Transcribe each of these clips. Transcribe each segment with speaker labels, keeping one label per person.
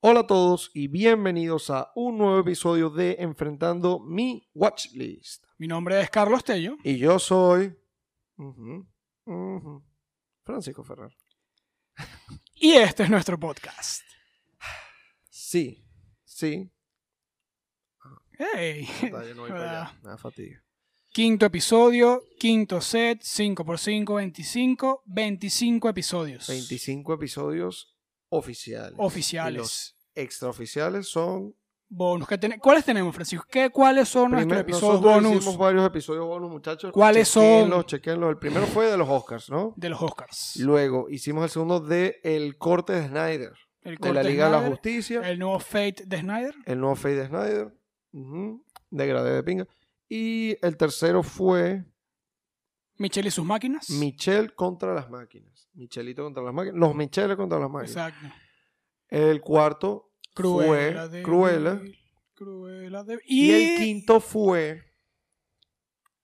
Speaker 1: Hola a todos y bienvenidos a un nuevo episodio de Enfrentando mi Watchlist.
Speaker 2: Mi nombre es Carlos Tello.
Speaker 1: Y yo soy. ujú, ujú, Francisco Ferrer.
Speaker 2: Y este es nuestro podcast.
Speaker 1: Sí, sí.
Speaker 2: Hey.
Speaker 1: Está, yo no voy para allá,
Speaker 2: Ah.
Speaker 1: Me da fatiga.
Speaker 2: Quinto episodio, quinto set, 5x5, 25, 25 episodios
Speaker 1: 25 episodios oficiales. Y los
Speaker 2: oficiales.
Speaker 1: extraoficiales son.
Speaker 2: Bonus que ten- ¿Cuáles tenemos, Francisco? ¿Qué, ¿Cuáles son nuestros
Speaker 1: primer-
Speaker 2: episodios
Speaker 1: nosotros
Speaker 2: bonus
Speaker 1: hicimos varios episodios bonus, muchachos.
Speaker 2: ¿Cuáles son?
Speaker 1: Chequéenlos, chequéenlos. El primero fue de los Oscars, ¿no?
Speaker 2: de los Oscars?
Speaker 1: Luego hicimos el segundo de El Corte de Snyder,
Speaker 2: El
Speaker 1: de la
Speaker 2: corte
Speaker 1: Liga de la
Speaker 2: Snyder,
Speaker 1: Justicia.
Speaker 2: El nuevo Fate de Snyder.
Speaker 1: el nuevo Fade de Snyder, ujú, de Grade de Pinga. Y el tercero fue
Speaker 2: Michelle y sus máquinas.
Speaker 1: Michelle contra las máquinas. Michelito contra las máquinas. Los Michelle contra las máquinas.
Speaker 2: Exacto.
Speaker 1: El cuarto
Speaker 2: Cruella.
Speaker 1: fue
Speaker 2: de-
Speaker 1: Cruella.
Speaker 2: Cruella de-
Speaker 1: Y...
Speaker 2: Y,
Speaker 1: el quinto fue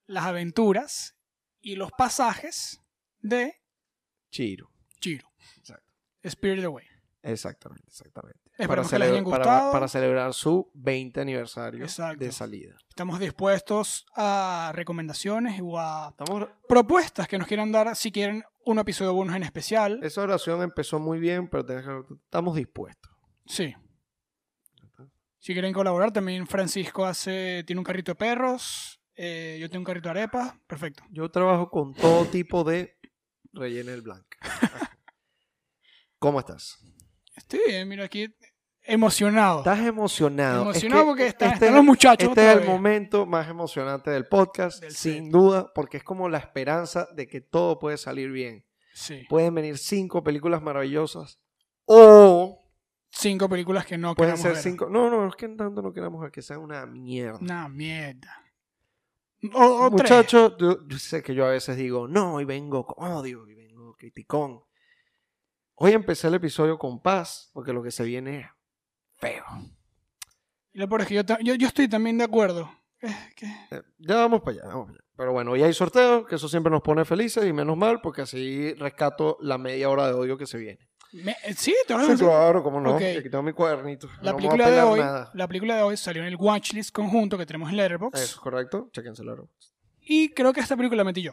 Speaker 2: las aventuras y los pasajes de
Speaker 1: Chiro.
Speaker 2: Chiro.
Speaker 1: Exacto.
Speaker 2: Spirited Away.
Speaker 1: Exactamente, exactamente.
Speaker 2: Esperemos que les hayan
Speaker 1: celebra- para-
Speaker 2: gustado.
Speaker 1: para celebrar su 20 aniversario
Speaker 2: Exacto.
Speaker 1: de salida.
Speaker 2: Estamos dispuestos a recomendaciones o a
Speaker 1: Estamos,
Speaker 2: propuestas que nos quieran dar si quieren un episodio bonus en especial.
Speaker 1: esa oración empezó muy bien, pero tenés que- estamos dispuestos.
Speaker 2: Sí. Si quieren colaborar, también Francisco hace tiene un carrito de perros. eh, yo tengo un carrito de arepas. Perfecto.
Speaker 1: Yo trabajo con todo tipo de relleno del blanco. ¿Cómo estás?
Speaker 2: Estoy bien, mira aquí emocionado.
Speaker 1: Estás emocionado.
Speaker 2: emocionado
Speaker 1: Es que
Speaker 2: porque están,
Speaker 1: este
Speaker 2: están
Speaker 1: es-
Speaker 2: los muchachos.
Speaker 1: Este es el
Speaker 2: otra vez.
Speaker 1: momento más emocionante del podcast,
Speaker 2: Del
Speaker 1: sin
Speaker 2: set.
Speaker 1: duda, porque es como la esperanza de que todo puede salir bien.
Speaker 2: Sí.
Speaker 1: Pueden venir cinco películas maravillosas o
Speaker 2: Cinco películas que no
Speaker 1: pueden
Speaker 2: queremos
Speaker 1: ser
Speaker 2: ver.
Speaker 1: cinco. No, no, es que tanto no queramos ver que sea una mierda.
Speaker 2: Una mierda. O, o tres.
Speaker 1: Muchachos, yo, yo sé que yo a veces digo, no, hoy vengo con odio, hoy vengo criticón. Hoy empecé el episodio con paz, porque lo que se viene es feo.
Speaker 2: Y Lo peor es que yo, ta- yo, yo estoy también de acuerdo. Es que-
Speaker 1: Eh, Ya vamos para allá, vamos para allá. Pero bueno, hoy hay sorteo, que eso siempre nos pone felices y menos mal, porque así rescato la media hora de odio que se viene.
Speaker 2: me- eh, sí, te vas a
Speaker 1: Sí, claro, cómo no.
Speaker 2: Ok.
Speaker 1: Aquí tengo mi cuadernito. no me voy
Speaker 2: La
Speaker 1: a
Speaker 2: película de
Speaker 1: pelar
Speaker 2: hoy,
Speaker 1: nada.
Speaker 2: la película de hoy salió en el watchlist conjunto que tenemos en Letterboxd.
Speaker 1: Eso, correcto. Chequenselo.
Speaker 2: Y creo que esta película la metí yo.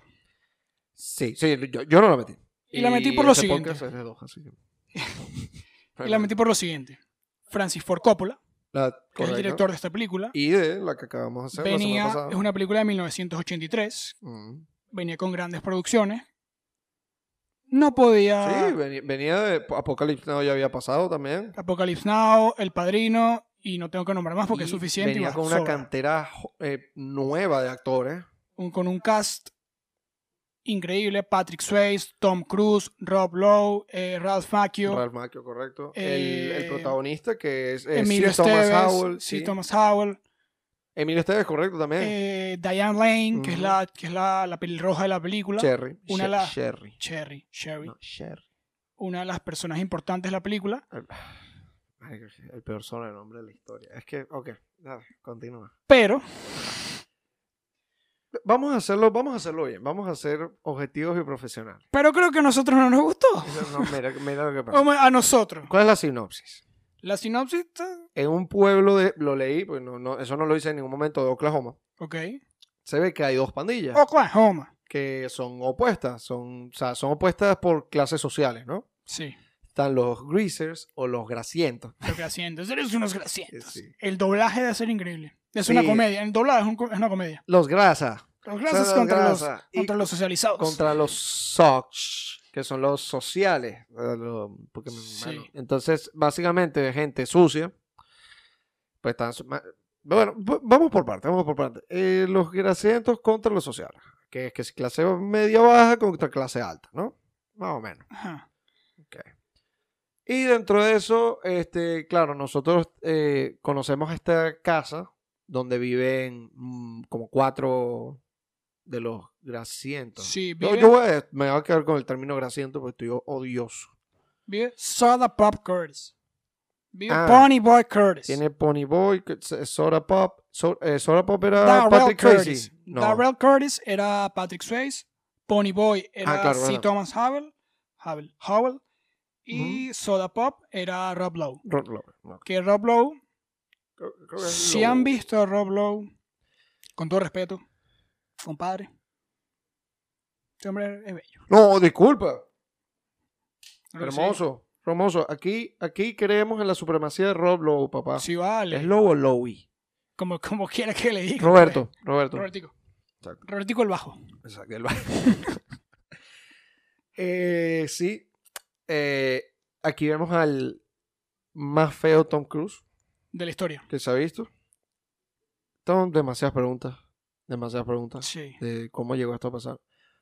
Speaker 1: Sí, sí, yo, yo no la metí.
Speaker 2: Y la metí por lo
Speaker 1: este
Speaker 2: siguiente.
Speaker 1: podcast es de dos, así que-
Speaker 2: Y la metí por lo siguiente. Francis Ford Coppola,
Speaker 1: La-
Speaker 2: que es
Speaker 1: correcto.
Speaker 2: el director de esta película,
Speaker 1: Y de la que acabamos de hacer
Speaker 2: venía,
Speaker 1: la semana
Speaker 2: es
Speaker 1: pasada.
Speaker 2: una película de 1983,
Speaker 1: Mm.
Speaker 2: venía con grandes producciones. No podía...
Speaker 1: Sí, veni- venía de Apocalipsis Now ya había pasado
Speaker 2: Ah,
Speaker 1: también.
Speaker 2: Apocalypse Now, El Padrino, y no tengo que nombrar más
Speaker 1: Y
Speaker 2: porque es suficiente. y
Speaker 1: Venía
Speaker 2: va,
Speaker 1: con una
Speaker 2: sobra.
Speaker 1: cantera jo- eh, nueva de actores.
Speaker 2: un- con un cast increíble. Patrick Swayze, Tom Cruise, Rob Lowe, eh, Ralph Macchio,
Speaker 1: Ralph Macchio, correcto.
Speaker 2: Eh,
Speaker 1: el, el protagonista que es eh,
Speaker 2: Emilio
Speaker 1: Sir Thomas
Speaker 2: Esteves,
Speaker 1: Howell.
Speaker 2: sí,
Speaker 1: sí.
Speaker 2: Thomas Howell,
Speaker 1: Emilio Esteves, correcto también.
Speaker 2: eh, Diane Lane, que es
Speaker 1: Ujú.
Speaker 2: la que es la, la pelirroja de la película.
Speaker 1: Cherry.
Speaker 2: una
Speaker 1: She-
Speaker 2: la-
Speaker 1: Sherry.
Speaker 2: Cherry, Sherry,
Speaker 1: No, Sherry.
Speaker 2: una de las personas importantes de la película.
Speaker 1: El, Ay, el peor sobrenombre de la historia. Es que, ok, nada, continúa.
Speaker 2: Pero
Speaker 1: Vamos a hacerlo, vamos a hacerlo bien. Vamos a hacer objetivos y profesionales.
Speaker 2: pero creo que a nosotros no nos gustó.
Speaker 1: Eso no, mira, mira lo que pasa.
Speaker 2: Como a nosotros.
Speaker 1: ¿Cuál es la sinopsis?
Speaker 2: La sinopsis, eh,
Speaker 1: En un pueblo de. Lo leí, pues no, no, eso no lo hice en ningún momento de Oklahoma.
Speaker 2: ok.
Speaker 1: Se ve que hay dos pandillas
Speaker 2: Oklahoma.
Speaker 1: que son opuestas. Son, o sea, son opuestas por clases sociales, ¿no?
Speaker 2: Sí,
Speaker 1: Están los greasers o los grasientos.
Speaker 2: los grasientos. Eres unos grasientos.
Speaker 1: Sí.
Speaker 2: El doblaje debe ser increíble. Es
Speaker 1: Sí.
Speaker 2: una comedia. El doblaje es, un co- es una comedia.
Speaker 1: Los grasas.
Speaker 2: Los
Speaker 1: Son
Speaker 2: grasas
Speaker 1: los
Speaker 2: contra,
Speaker 1: grasas. Y
Speaker 2: los, contra los socializados.
Speaker 1: Contra los socs, que son los sociales. eh, lo- porque me-
Speaker 2: Sí.
Speaker 1: mano. Entonces, básicamente, gente sucia. Pues están. su- ma- Bueno, v- vamos por parte, vamos por parte. Eh, los grasientos contra los sociales. Que es que si clase media baja contra clase alta, ¿no? Más o menos.
Speaker 2: Ajá.
Speaker 1: Ok. Y dentro de eso, este, claro, nosotros eh, conocemos esta casa donde viven mm, como cuatro de los grasientos.
Speaker 2: Sí,
Speaker 1: Yo-
Speaker 2: vive,
Speaker 1: yo voy a- me voy a quedar con el término grasiento porque estoy odioso.
Speaker 2: vive Soda Pop Curtis. Vive
Speaker 1: Ah.
Speaker 2: Pony Boy Curtis.
Speaker 1: Tiene Pony Boy, que- S- Soda Pop. So- eh, Soda Pop era
Speaker 2: Darrell
Speaker 1: Patrick
Speaker 2: Curtis.
Speaker 1: Tracy. No.
Speaker 2: Darrell Curtis era Patrick Swayze. Pony Boy era
Speaker 1: Ah, claro,
Speaker 2: C.
Speaker 1: bueno.
Speaker 2: Thomas Howell. Howell. Howell. Y Soda Pop era Rob Lowe.
Speaker 1: Rob Lowe, no,
Speaker 2: Que Rob Lowe,
Speaker 1: creo- creo que es
Speaker 2: si
Speaker 1: Lowe.
Speaker 2: han visto a Rob Lowe, con todo respeto, compadre, este hombre es bello.
Speaker 1: No, disculpa.
Speaker 2: Creo que sí.
Speaker 1: Hermoso. Hermoso. Aquí, aquí creemos en la supremacía de Rob Lowe, papá.
Speaker 2: Sí, vale.
Speaker 1: ¿Es Lowe o Lowy?
Speaker 2: Como, como quiera que le diga.
Speaker 1: Roberto,
Speaker 2: pues.
Speaker 1: Roberto.
Speaker 2: Robertico.
Speaker 1: Exacto.
Speaker 2: Robertico el bajo.
Speaker 1: Exacto, el bajo. Eh, sí. Eh, aquí vemos al más feo Tom Cruise
Speaker 2: De la historia.
Speaker 1: que se ha visto. Son demasiadas preguntas. Demasiadas preguntas
Speaker 2: Sí.
Speaker 1: de cómo llegó esto a pasar.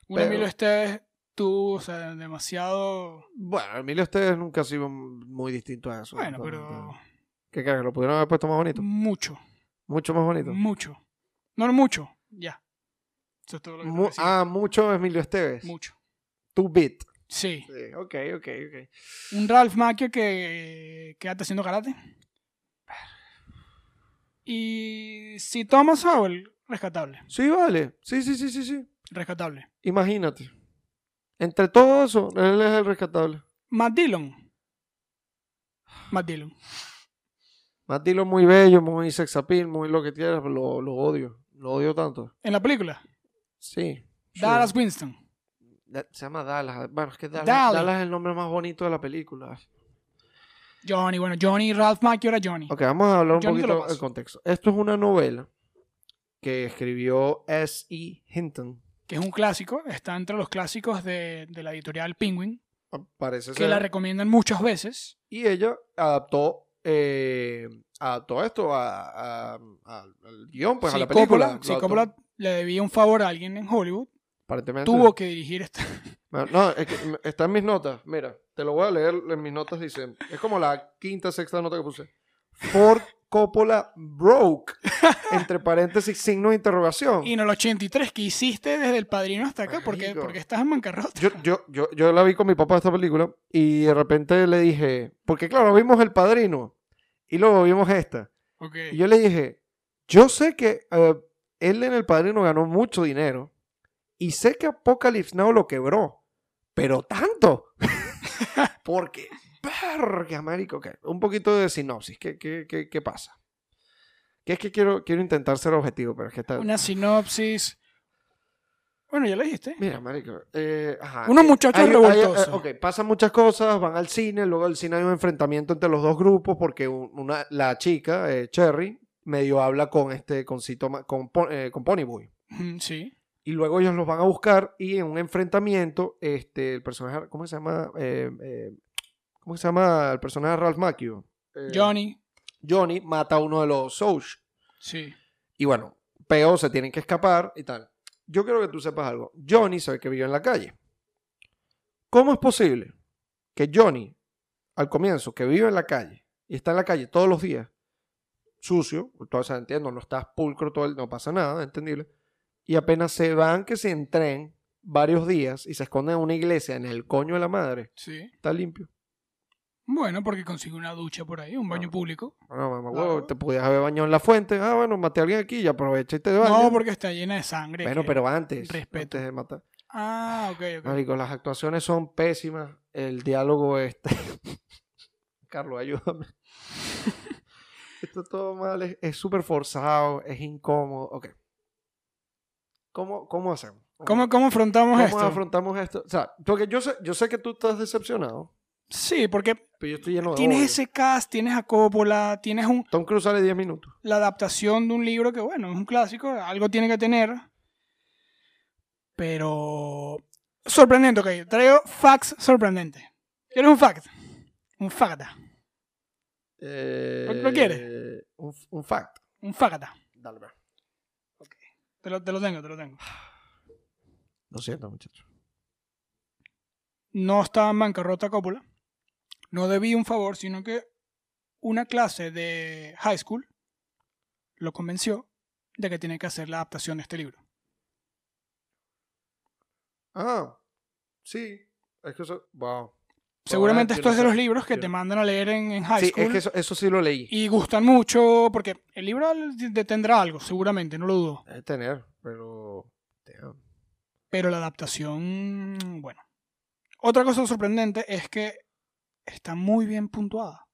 Speaker 2: Un
Speaker 1: Pero-
Speaker 2: Emilio Estevez tuvo, o sea, demasiado.
Speaker 1: Bueno, Emilio ustedes nunca ha sido muy distinto a eso.
Speaker 2: Bueno, pero.
Speaker 1: Entonces, ¿Qué crees? ¿Lo pudieron haber puesto más bonito?
Speaker 2: Mucho.
Speaker 1: Mucho más bonito.
Speaker 2: Mucho. No, no mucho. Ya. Eso es todo lo que tengo
Speaker 1: Mu-
Speaker 2: que decir.
Speaker 1: ah, mucho Emilio Esteves.
Speaker 2: Mucho.
Speaker 1: Two bit.
Speaker 2: Sí.
Speaker 1: Sí, ok, ok, ok.
Speaker 2: Un Ralph Macchio que quedaste haciendo karate. Y si Thomas Howell, rescatable.
Speaker 1: Sí, vale. Sí, sí, sí, sí, sí.
Speaker 2: Rescatable.
Speaker 1: Imagínate. Entre todo eso, él es el rescatable.
Speaker 2: Matt Dillon. Matt Dillon.
Speaker 1: Matt Dillon muy bello, muy sexapil, muy lo que quieras, pero lo, lo odio. Lo odio tanto.
Speaker 2: En la película.
Speaker 1: Sí. sí.
Speaker 2: Dallas Winston.
Speaker 1: Da- Se llama Dallas. Bueno, es que Dallas,
Speaker 2: Dallas.
Speaker 1: Dallas es el nombre más bonito de la película.
Speaker 2: Johnny, bueno, Johnny, Ralph Macchio era Johnny.
Speaker 1: Ok, vamos a hablar un
Speaker 2: Yo ni te lo
Speaker 1: poquito del
Speaker 2: paso.
Speaker 1: contexto. Esto es una novela que escribió S.E. Hinton.
Speaker 2: Que es un clásico. Está entre los clásicos de, de la editorial Penguin.
Speaker 1: Parece
Speaker 2: Que
Speaker 1: ser.
Speaker 2: la recomiendan muchas veces.
Speaker 1: Y ella adaptó, eh, adaptó esto a, a- a- al guión, pues a
Speaker 2: si
Speaker 1: la película.
Speaker 2: Coppola,
Speaker 1: Lo
Speaker 2: si
Speaker 1: adaptó.
Speaker 2: Coppola le debía un favor a alguien en Hollywood,
Speaker 1: Aparentemente-
Speaker 2: tuvo que dirigir esta.
Speaker 1: Bueno, No, es que me- está en mis notas. Mira, te lo voy a leer. En mis notas dicen. Es como la quinta, sexta nota que puse. Ford Coppola broke. Entre paréntesis, signo de interrogación.
Speaker 2: Y en el 83 que hiciste desde El Padrino hasta acá, porque,
Speaker 1: Marico.
Speaker 2: porque estás en bancarrota.
Speaker 1: Yo, yo, yo, yo la vi con mi papá esta película y de repente le dije, porque claro, vimos El Padrino y luego vimos esta.
Speaker 2: Ok.
Speaker 1: Y yo le dije, yo sé que eh, él en El Padrino ganó mucho dinero y sé que Apocalypse Now lo quebró, pero tanto. porque, verga, marico, ok, un poquito de sinopsis, ¿qué, qué, qué, qué pasa? Que es que quiero, quiero intentar ser objetivo, pero es que está...
Speaker 2: Una sinopsis. Bueno, ya la dijiste.
Speaker 1: Mira, marico. eh, ajá,
Speaker 2: Unos
Speaker 1: eh,
Speaker 2: muchachos
Speaker 1: hay- hay-
Speaker 2: revoltosos.
Speaker 1: eh, ok, pasan muchas cosas, van al cine, luego al cine hay un enfrentamiento entre los dos grupos porque un- una, la chica, eh, Cherry, medio habla con este, con, Sitoma- con, Po- eh, con Pony Boy.
Speaker 2: Mm, Sí.
Speaker 1: Y luego ellos los van a buscar y en un enfrentamiento, este, el personaje, ¿cómo se llama? Eh, eh, ¿Cómo se llama el personaje de Ralph Macchio? Eh,
Speaker 2: Johnny.
Speaker 1: Johnny mata a uno de los Souch.
Speaker 2: Sí.
Speaker 1: Y bueno, peo, se tienen que escapar y tal. Yo quiero que tú sepas algo. Johnny sabe que vivió en la calle. ¿Cómo es posible que Johnny, al comienzo, que vive en la calle y está en la calle todos los días, sucio, todo, o sea, entiendo, no estás pulcro todo el no pasa nada, entendible, y apenas se van, que se entren varios días y se esconden en una iglesia en el coño de la madre,
Speaker 2: Sí.
Speaker 1: está limpio?
Speaker 2: Bueno, porque consiguió una ducha por ahí, un baño
Speaker 1: Ah.
Speaker 2: público.
Speaker 1: No, mamá,
Speaker 2: Claro.
Speaker 1: huevo, te podías haber bañado en la fuente. Ah, bueno, maté a alguien aquí y aprovecha y te bañas.
Speaker 2: No, porque está llena de sangre.
Speaker 1: Bueno,
Speaker 2: que-
Speaker 1: pero antes.
Speaker 2: respeto.
Speaker 1: Antes de matar.
Speaker 2: Ah, ok, ok.
Speaker 1: Marico, las actuaciones son pésimas. El diálogo este. Carlos, ayúdame. Esto es todo mal. es- Es súper forzado. Es incómodo. Ok. ¿Cómo, cómo hacemos? Ok.
Speaker 2: ¿Cómo, ¿Cómo afrontamos
Speaker 1: ¿Cómo
Speaker 2: esto?
Speaker 1: afrontamos esto? O sea, porque yo sé, yo sé que tú estás decepcionado.
Speaker 2: sí, porque
Speaker 1: Pero yo estoy lleno de.
Speaker 2: tienes
Speaker 1: odio.
Speaker 2: ese cast, tienes a Coppola, tienes un,
Speaker 1: Tom Cruise sale 10 minutos.
Speaker 2: la adaptación de un libro que, bueno, es un clásico, algo tiene que tener. Pero. Sorprendente, ok. Traigo facts sorprendentes. ¿Quieres un fact? Un facta.
Speaker 1: Eh,
Speaker 2: ¿Lo quieres?
Speaker 1: Un, un fact.
Speaker 2: Un facta.
Speaker 1: Dale, va.
Speaker 2: Te lo, te lo tengo, te lo tengo.
Speaker 1: Lo siento, muchachos.
Speaker 2: No estaba en bancarrota Coppola. No debía un favor, sino que una clase de high school lo convenció de que tiene que hacer la adaptación de este libro.
Speaker 1: Ah, sí. Es que eso. Wow.
Speaker 2: Seguramente
Speaker 1: yo
Speaker 2: esto
Speaker 1: no
Speaker 2: es de
Speaker 1: sé,
Speaker 2: los libros que
Speaker 1: yo
Speaker 2: te
Speaker 1: no-
Speaker 2: mandan a leer en, en high
Speaker 1: sí,
Speaker 2: school.
Speaker 1: es que eso, eso sí lo leí.
Speaker 2: Y gustan mucho, porque el libro de- tendrá algo, seguramente, no lo dudo.
Speaker 1: Debe tener, pero. damn.
Speaker 2: Pero la adaptación, bueno. Otra cosa sorprendente es que está muy bien puntuada.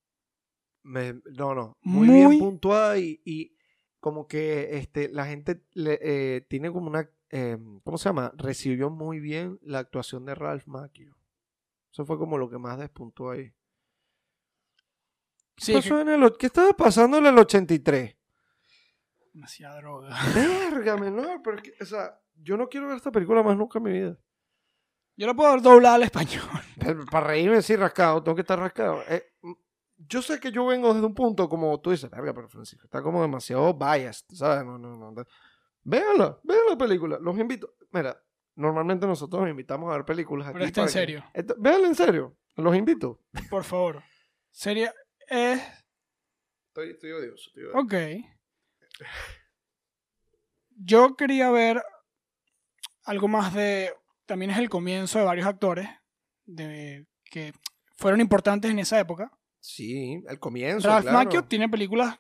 Speaker 1: Me- no, no. Muy,
Speaker 2: Muy-
Speaker 1: bien puntuada y, y como que este, la gente le- eh, tiene como una. eh, ¿Cómo se llama? Recibió muy bien la actuación de Ralph Macchio. Eso fue como lo que más despuntó ahí.
Speaker 2: Sí,
Speaker 1: ¿Qué,
Speaker 2: es que-
Speaker 1: pasó en el och- ¿Qué estaba pasando en el 83?
Speaker 2: demasiada droga.
Speaker 1: Verga, menor. Pero es que, o sea, yo no quiero ver esta película más nunca en mi vida.
Speaker 2: Yo lo puedo doblar al español.
Speaker 1: Pero Para reírme, sí, rascado, tengo que estar rascado. Eh, mm, yo sé que yo vengo desde un punto como tú dices, verga, pero Francisco, está como demasiado biased, ¿sabes? No, no, no. no. Véanla, vean la película, los invito. Mira, normalmente nosotros los invitamos a ver películas.
Speaker 2: Pero
Speaker 1: aquí
Speaker 2: está en
Speaker 1: para que-
Speaker 2: serio.
Speaker 1: Esto- véanla en serio, los invito.
Speaker 2: Por favor. Sería. Es.
Speaker 1: Estoy, estoy odioso, estoy odioso.
Speaker 2: Ok. Yo quería ver algo más de. También es el comienzo de varios actores de, que fueron importantes en esa época.
Speaker 1: Sí, al comienzo.
Speaker 2: Ralph
Speaker 1: claro.
Speaker 2: Macchio tiene películas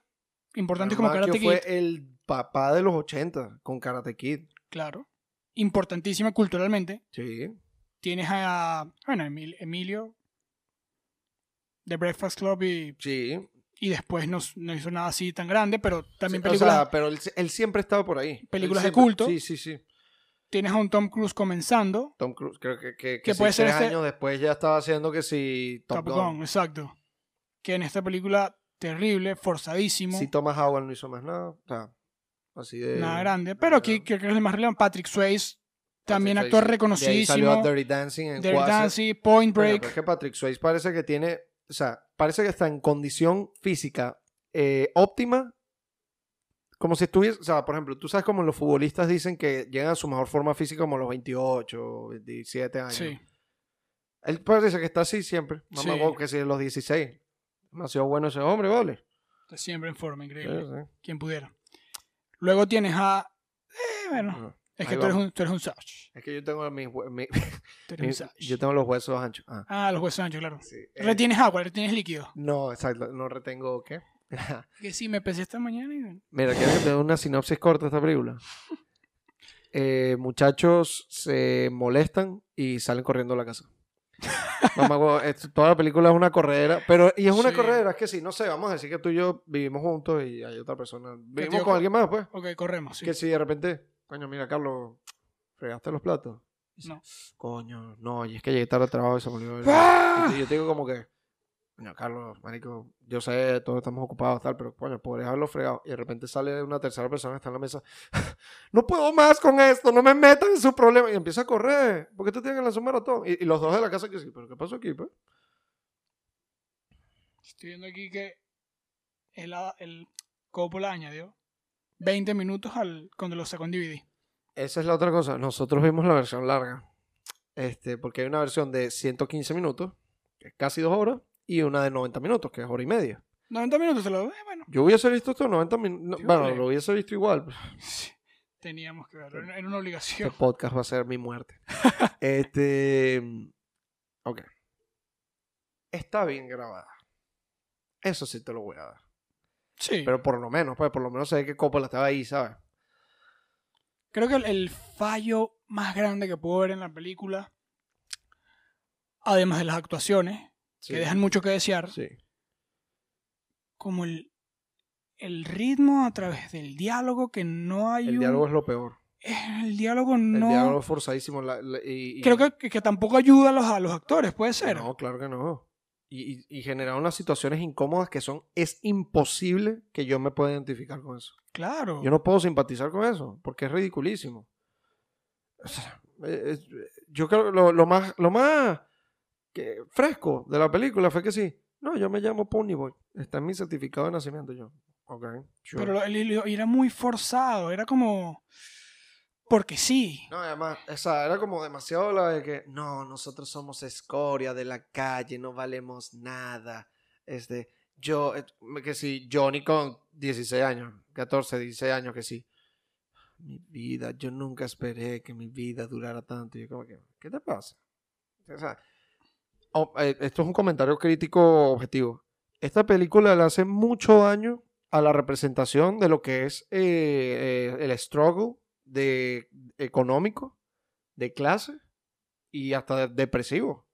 Speaker 2: importantes
Speaker 1: Ralph
Speaker 2: como
Speaker 1: Macchio
Speaker 2: Karate Kid.
Speaker 1: fue el papá de los 80 con Karate Kid.
Speaker 2: Claro. Importantísima culturalmente.
Speaker 1: Sí.
Speaker 2: Tienes a. Bueno, Emil- Emilio. The Breakfast Club y,
Speaker 1: Sí.
Speaker 2: y después no, no hizo nada así tan grande, pero también
Speaker 1: Sí, o
Speaker 2: películas.
Speaker 1: sea, pero él, él siempre estaba por ahí. Él
Speaker 2: películas de
Speaker 1: siempre-
Speaker 2: culto.
Speaker 1: Sí, sí, sí.
Speaker 2: tienes a un Tom Cruise comenzando.
Speaker 1: Tom Cruise, creo que, que, que,
Speaker 2: Que
Speaker 1: sí,
Speaker 2: puede ser
Speaker 1: tres
Speaker 2: este-
Speaker 1: años después ya estaba haciendo que si Top,
Speaker 2: Top,
Speaker 1: Gun.
Speaker 2: Gun, exacto. Que en esta película, terrible, forzadísimo,
Speaker 1: Si Thomas Howard no hizo más nada, o sea, así de...
Speaker 2: nada grande. Pero aquí
Speaker 1: Patrick
Speaker 2: creo que es el más relevante. Patrick Swayze, también
Speaker 1: Swayze.
Speaker 2: actor
Speaker 1: De ahí salió
Speaker 2: reconocidísimo.
Speaker 1: Dirty Dancing en
Speaker 2: Dirty
Speaker 1: Quasi.
Speaker 2: Dancing, Point
Speaker 1: Coño,
Speaker 2: Break.
Speaker 1: pero es que Patrick Swayze parece que tiene, o sea, parece que está en condición física eh, óptima, como si estuviese, o sea, por ejemplo, tú sabes como los futbolistas dicen que llegan a su mejor forma física como a los 28, 27 años.
Speaker 2: sí.
Speaker 1: Él parece que está así siempre, más
Speaker 2: Sí.
Speaker 1: que si de los 16. Demasiado bueno ese hombre, vale.
Speaker 2: Está siempre en forma,
Speaker 1: Sí,
Speaker 2: increíble.
Speaker 1: sí.
Speaker 2: Quien pudiera. Luego tienes a. eh, bueno,
Speaker 1: Ajá.
Speaker 2: es que
Speaker 1: ahí
Speaker 2: tú eres,
Speaker 1: vamos.
Speaker 2: un, tú eres un Sach.
Speaker 1: Es que yo tengo mis, hue- mi-
Speaker 2: Tú eres un
Speaker 1: mis-
Speaker 2: Sach.
Speaker 1: yo tengo los huesos anchos. Ah,
Speaker 2: Ah, los huesos anchos, claro.
Speaker 1: sí. Eh,
Speaker 2: Retienes agua, retienes líquido.
Speaker 1: no, exacto, no retengo qué.
Speaker 2: Que sí, me pesé esta mañana y. bueno,
Speaker 1: Mira, quiero que te dé una sinopsis corta de esta película. Eh, muchachos se molestan y salen corriendo a la casa. Mamá, huevo, esto- toda la película es una corredera, pero y es una
Speaker 2: Sí.
Speaker 1: corredera, es que sí, no sé, vamos a decir que tú y yo vivimos juntos y hay otra persona, vivimos
Speaker 2: digo,
Speaker 1: con alguien más, pues.
Speaker 2: Ok, corremos. sí.
Speaker 1: Que si de repente, coño, mira, Carlos, fregaste los platos. Dice,
Speaker 2: No.
Speaker 1: Coño, no, y es que llegué tarde al trabajo y se me olvidó. el-
Speaker 2: ¡Ah!
Speaker 1: Y te- yo te digo como que, coño, Carlos, marico, yo sé, todos estamos ocupados, tal, pero coño, podrías haberlo fregado. Y de repente sale una tercera persona que está en la mesa. No puedo más con esto, no me metan en sus problemas. Y empieza a correr, porque tú tienes que lanzar un maratón. Y, y los dos de la casa que sí, pero ¿qué pasó aquí, pues?
Speaker 2: Estoy viendo aquí que el, a- el Coppola añadió 20 minutos al cuando lo sacó en DVD.
Speaker 1: Esa es la otra cosa. Nosotros vimos la versión larga. Este, porque hay una versión de 115 minutos, que es casi dos horas, y una de 90 minutos, que es hora y media.
Speaker 2: 90 minutos se lo eh, bueno.
Speaker 1: Yo hubiese visto estos 90 minutos.
Speaker 2: Sí,
Speaker 1: bueno,
Speaker 2: vale.
Speaker 1: lo hubiese visto igual. pues,
Speaker 2: Teníamos que verlo, era una
Speaker 1: Este
Speaker 2: obligación.
Speaker 1: podcast va a ser mi muerte. este. Ok. Está bien grabada. Eso sí te lo voy a dar.
Speaker 2: Sí,
Speaker 1: Pero por lo menos, pues, por lo menos sé que Coppola estaba ahí, ¿sabes?
Speaker 2: creo que el, el fallo más grande que puedo ver en la película, además de las actuaciones,
Speaker 1: Sí.
Speaker 2: que dejan mucho que desear,
Speaker 1: Sí.
Speaker 2: como el, el ritmo a través del diálogo, que no hay
Speaker 1: El
Speaker 2: un...
Speaker 1: diálogo es lo peor.
Speaker 2: eh, el diálogo
Speaker 1: El
Speaker 2: no...
Speaker 1: diálogo es forzadísimo. la- la- y- y-
Speaker 2: Creo que, que- que tampoco ayuda a los, a los actores, puede ser.
Speaker 1: No, claro que no. Y, y, y generar unas situaciones incómodas que son, es imposible que yo me pueda identificar con eso.
Speaker 2: Claro.
Speaker 1: Yo no puedo simpatizar con eso, porque es ridiculísimo. O sea, eh, eh, yo creo que lo, lo más, lo más que- fresco de la película fue que sí. No, yo me llamo Ponyboy. Está en mi certificado de nacimiento yo. Ok, sure.
Speaker 2: Pero lo- el- el- era muy forzado, era como. Porque sí.
Speaker 1: No, además, o sea, era como demasiado la de que, no, nosotros somos escoria de la calle, no valemos nada. Este, yo, eh, que sí, Johnny con 16 años, 14, 16 años, que sí. Mi vida, yo nunca esperé que mi vida durara tanto. Y yo como que, ¿qué te pasa? O sea, o- eh, esto es un comentario crítico objetivo. Esta película le hace mucho daño a la representación de lo que es eh, eh, el struggle de, económico, de clase y hasta de- depresivo.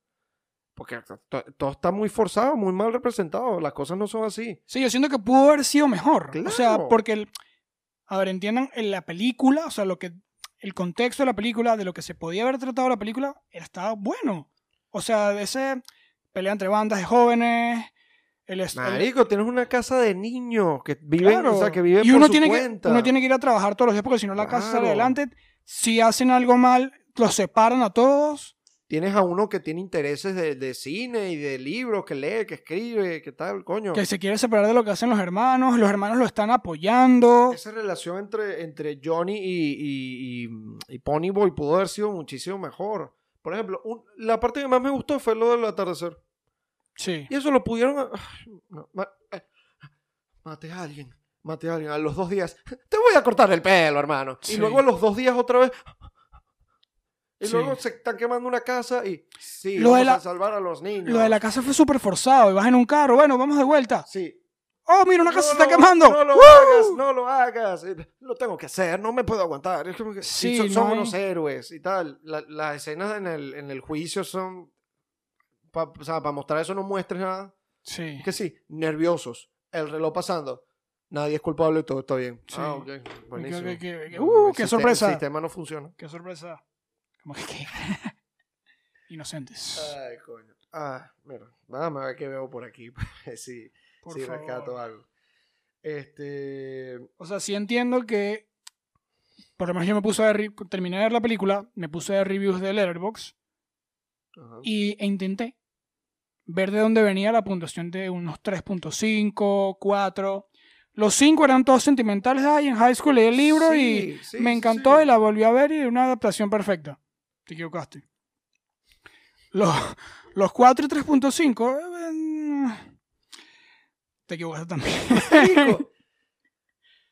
Speaker 1: Porque to- todo está muy forzado, muy mal representado. Las cosas no son así.
Speaker 2: Sí, yo siento que pudo haber sido mejor. O sea,
Speaker 1: Claro.
Speaker 2: porque, el- a ver, entiendan, en la película, o sea, lo que el contexto de la película, de lo que se podía haber tratado la película, era- estaba bueno. O sea, de ese pelea entre bandas de jóvenes, el, est- Pues, el-
Speaker 1: Marico, tienes una casa de niños que viven,
Speaker 2: Claro.
Speaker 1: o sea, que viven
Speaker 2: y
Speaker 1: por
Speaker 2: uno
Speaker 1: su
Speaker 2: tiene
Speaker 1: cuenta.
Speaker 2: Que, uno tiene que ir a trabajar todos los días porque si no la casa sale
Speaker 1: Claro.
Speaker 2: adelante. Si hacen algo mal, los separan a todos.
Speaker 1: Tienes a uno que tiene intereses de, de cine y de libros, que lee, que escribe, que tal, coño.
Speaker 2: Que se quiere separar de lo que hacen los hermanos. Los hermanos lo están apoyando.
Speaker 1: Esa relación entre, entre Johnny y, y, y- y Ponyboy pudo haber sido muchísimo mejor. Por ejemplo, un- la parte que más me gustó fue lo del atardecer.
Speaker 2: Sí.
Speaker 1: Y eso lo pudieron... ah, ay, no, ma- eh, maté a alguien, maté a alguien. A los dos días, te voy a cortar el pelo, hermano.
Speaker 2: Sí.
Speaker 1: Y luego a los dos días otra vez... Y
Speaker 2: Sí.
Speaker 1: luego se están quemando una casa y... Sí,
Speaker 2: Lo de
Speaker 1: vamos
Speaker 2: la-
Speaker 1: a salvar a los niños.
Speaker 2: Lo de la casa fue súper forzado. Y vas en un carro. Bueno, vamos de vuelta.
Speaker 1: Sí,
Speaker 2: Oh, mira, una
Speaker 1: No
Speaker 2: casa se está
Speaker 1: lo-
Speaker 2: quemando.
Speaker 1: No lo
Speaker 2: ¡Woo!
Speaker 1: hagas, no lo hagas. Eh, Lo tengo que hacer, no me puedo aguantar. Es como que- y
Speaker 2: Sí,
Speaker 1: son,
Speaker 2: no
Speaker 1: son
Speaker 2: hay-
Speaker 1: unos héroes y tal. La- las escenas en el, en el juicio son. pa- o sea, para mostrar eso no muestres nada.
Speaker 2: Sí.
Speaker 1: Es que sí, nerviosos. El reloj pasando. Nadie es culpable, todo está bien.
Speaker 2: Sí.
Speaker 1: Ah, ok. Buenísimo.
Speaker 2: que- que- que-
Speaker 1: No,
Speaker 2: ¡uh,
Speaker 1: el
Speaker 2: qué
Speaker 1: sistema-
Speaker 2: sorpresa!
Speaker 1: El sistema no funciona.
Speaker 2: Qué sorpresa. Como que qué. Inocentes.
Speaker 1: Ay, coño. Ah, mira. Vamos a ver qué veo por aquí. sí,
Speaker 2: Por
Speaker 1: sí
Speaker 2: favor.
Speaker 1: rescato algo. Este.
Speaker 2: O sea, sí entiendo que. Por lo menos yo me puse a ver. re- Terminé de ver la película. Me puse a ver reviews de Letterboxd.
Speaker 1: ajá.
Speaker 2: Y, e intenté ver de dónde venía la puntuación de unos 3.5, 4. Los 5 eran todos sentimentales. Ay, en high school leí el libro
Speaker 1: Sí, sí,
Speaker 2: y me encantó
Speaker 1: sí.
Speaker 2: y la volví a ver y era una adaptación perfecta. Te equivocaste. Los, los 4 y 3.5. eh, Te equivocaste también.
Speaker 1: Marico.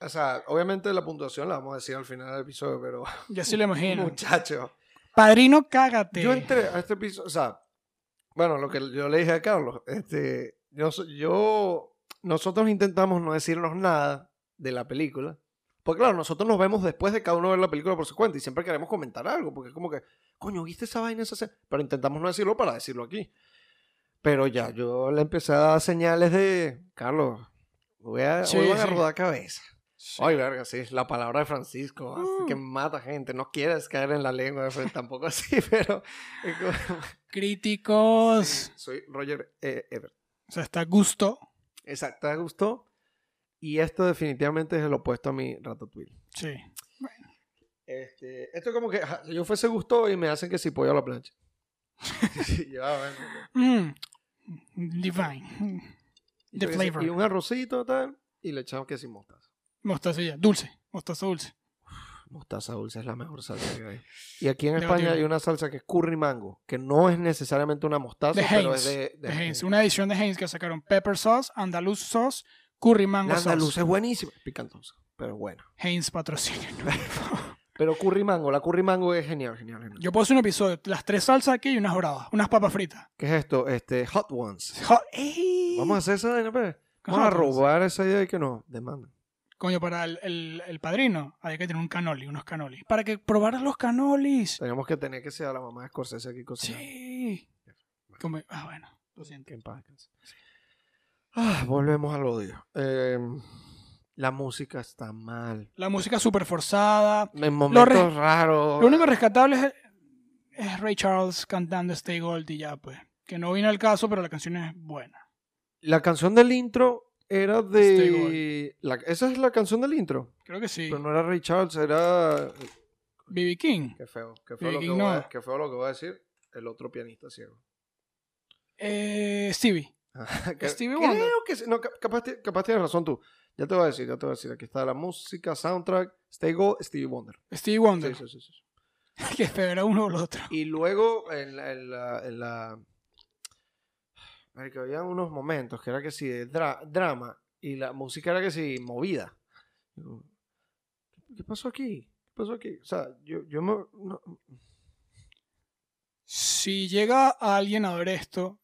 Speaker 1: O sea, obviamente la puntuación la vamos a decir al final del episodio, pero
Speaker 2: Ya sí lo imagino.
Speaker 1: muchacho,
Speaker 2: Padrino, cágate.
Speaker 1: yo entré a este episodio, o sea, bueno, lo que yo le dije a Carlos, este, yo, so- yo, nosotros intentamos no decirnos nada de la película, porque claro, nosotros nos vemos después de cada uno ver la película por su cuenta y siempre queremos comentar algo, porque es como que, coño, ¿viste esa vaina? Esa escena?", Pero intentamos no decirlo para decirlo aquí. Pero ya, yo le empecé a dar señales de, Carlos, voy a,
Speaker 2: Sí,
Speaker 1: hoy van a
Speaker 2: sí.
Speaker 1: rodar cabeza.
Speaker 2: Sí.
Speaker 1: Ay, verga, sí, la palabra de Francisco, así
Speaker 2: Mm.
Speaker 1: que mata gente. No quieres caer en la lengua, pero tampoco así, pero.
Speaker 2: Críticos.
Speaker 1: Sí, soy Roger eh, Ebert.
Speaker 2: O sea, está gusto.
Speaker 1: Exacto, ¿te gustó? Y esto definitivamente es el opuesto a mi Ratatouille.
Speaker 2: Sí.
Speaker 1: Este, esto es como que ajá, yo fuese gusto y me hacen que si pollo a la plancha. Sí, ya, bueno.
Speaker 2: Mm. Divine.
Speaker 1: Y
Speaker 2: The
Speaker 1: yo que sé,
Speaker 2: flavor.
Speaker 1: Y un arrocito, tal, y le echamos que si mostaza.
Speaker 2: Mostaza ya, dulce, mostaza dulce.
Speaker 1: Mostaza dulce es la mejor salsa que hay. Y aquí en España
Speaker 2: Debatible.
Speaker 1: hay una salsa que es curry mango, que no es necesariamente una mostaza,
Speaker 2: De
Speaker 1: pero es
Speaker 2: Heinz,
Speaker 1: de,
Speaker 2: de Heinz, una edición de Heinz que sacaron Pepper Sauce, Andaluz Sauce, Curry Mango
Speaker 1: La andaluz
Speaker 2: Sauce.
Speaker 1: es buenísima. Picantosa, pero bueno.
Speaker 2: Heinz patrocina.
Speaker 1: Pero curry mango, la curry mango es genial, genial, genial.
Speaker 2: Yo puedo hacer un episodio, las tres salsas aquí y unas bravas, unas papas fritas.
Speaker 1: ¿Qué es esto? Este, Hot Ones.
Speaker 2: Jo- ¡Ey!
Speaker 1: Vamos a hacer esa vaina, pues.
Speaker 2: Con
Speaker 1: Vamos a
Speaker 2: hot dogs.
Speaker 1: robar esa idea y que nos demandan.
Speaker 2: Coño, para el, el- el padrino hay que tener un canoli, unos canolis. Para que probaras los canolis.
Speaker 1: Tenemos que tener que ser a la mamá de Scorsese aquí cocinando.
Speaker 2: Sí. Come- ah, bueno, lo siento.
Speaker 1: Que en paz descanse. Ah, volvemos al odio. Eh, la música está mal.
Speaker 2: La música súper forzada.
Speaker 1: En momentos
Speaker 2: re-
Speaker 1: raros.
Speaker 2: Lo único rescatable es, es Ray Charles cantando Stay Gold y ya, pues. Que no vino al caso, pero la canción es buena.
Speaker 1: La canción del intro era
Speaker 2: Stay
Speaker 1: de... La- Esa es la canción del intro.
Speaker 2: Creo que sí.
Speaker 1: Pero no era Ray Charles, era...
Speaker 2: BB King.
Speaker 1: Qué feo, qué feo,
Speaker 2: Y-
Speaker 1: lo
Speaker 2: y
Speaker 1: que voy a,
Speaker 2: no.
Speaker 1: qué feo lo que voy a decir. El otro pianista ciego.
Speaker 2: Eh, Stevie.
Speaker 1: Que-
Speaker 2: Stevie
Speaker 1: creo
Speaker 2: Wonder.
Speaker 1: que sí. No, ca- capaz, ti- capaz tienes razón tú. Ya te voy a decir, ya te voy a decir. Aquí está la música, soundtrack, Stay Gold, Stevie Wonder.
Speaker 2: Stevie
Speaker 1: Sí,
Speaker 2: Wonder.
Speaker 1: sí, sí, sí.
Speaker 2: que feo era uno o el otro.
Speaker 1: Y luego en la... En la, en la- Marico, había unos momentos que era que sí, de dra- drama. Y la música era que sí, movida. Digo, ¿Qué pasó aquí? ¿Qué pasó aquí? O sea, yo, yo me... no-
Speaker 2: Si llega alguien a ver esto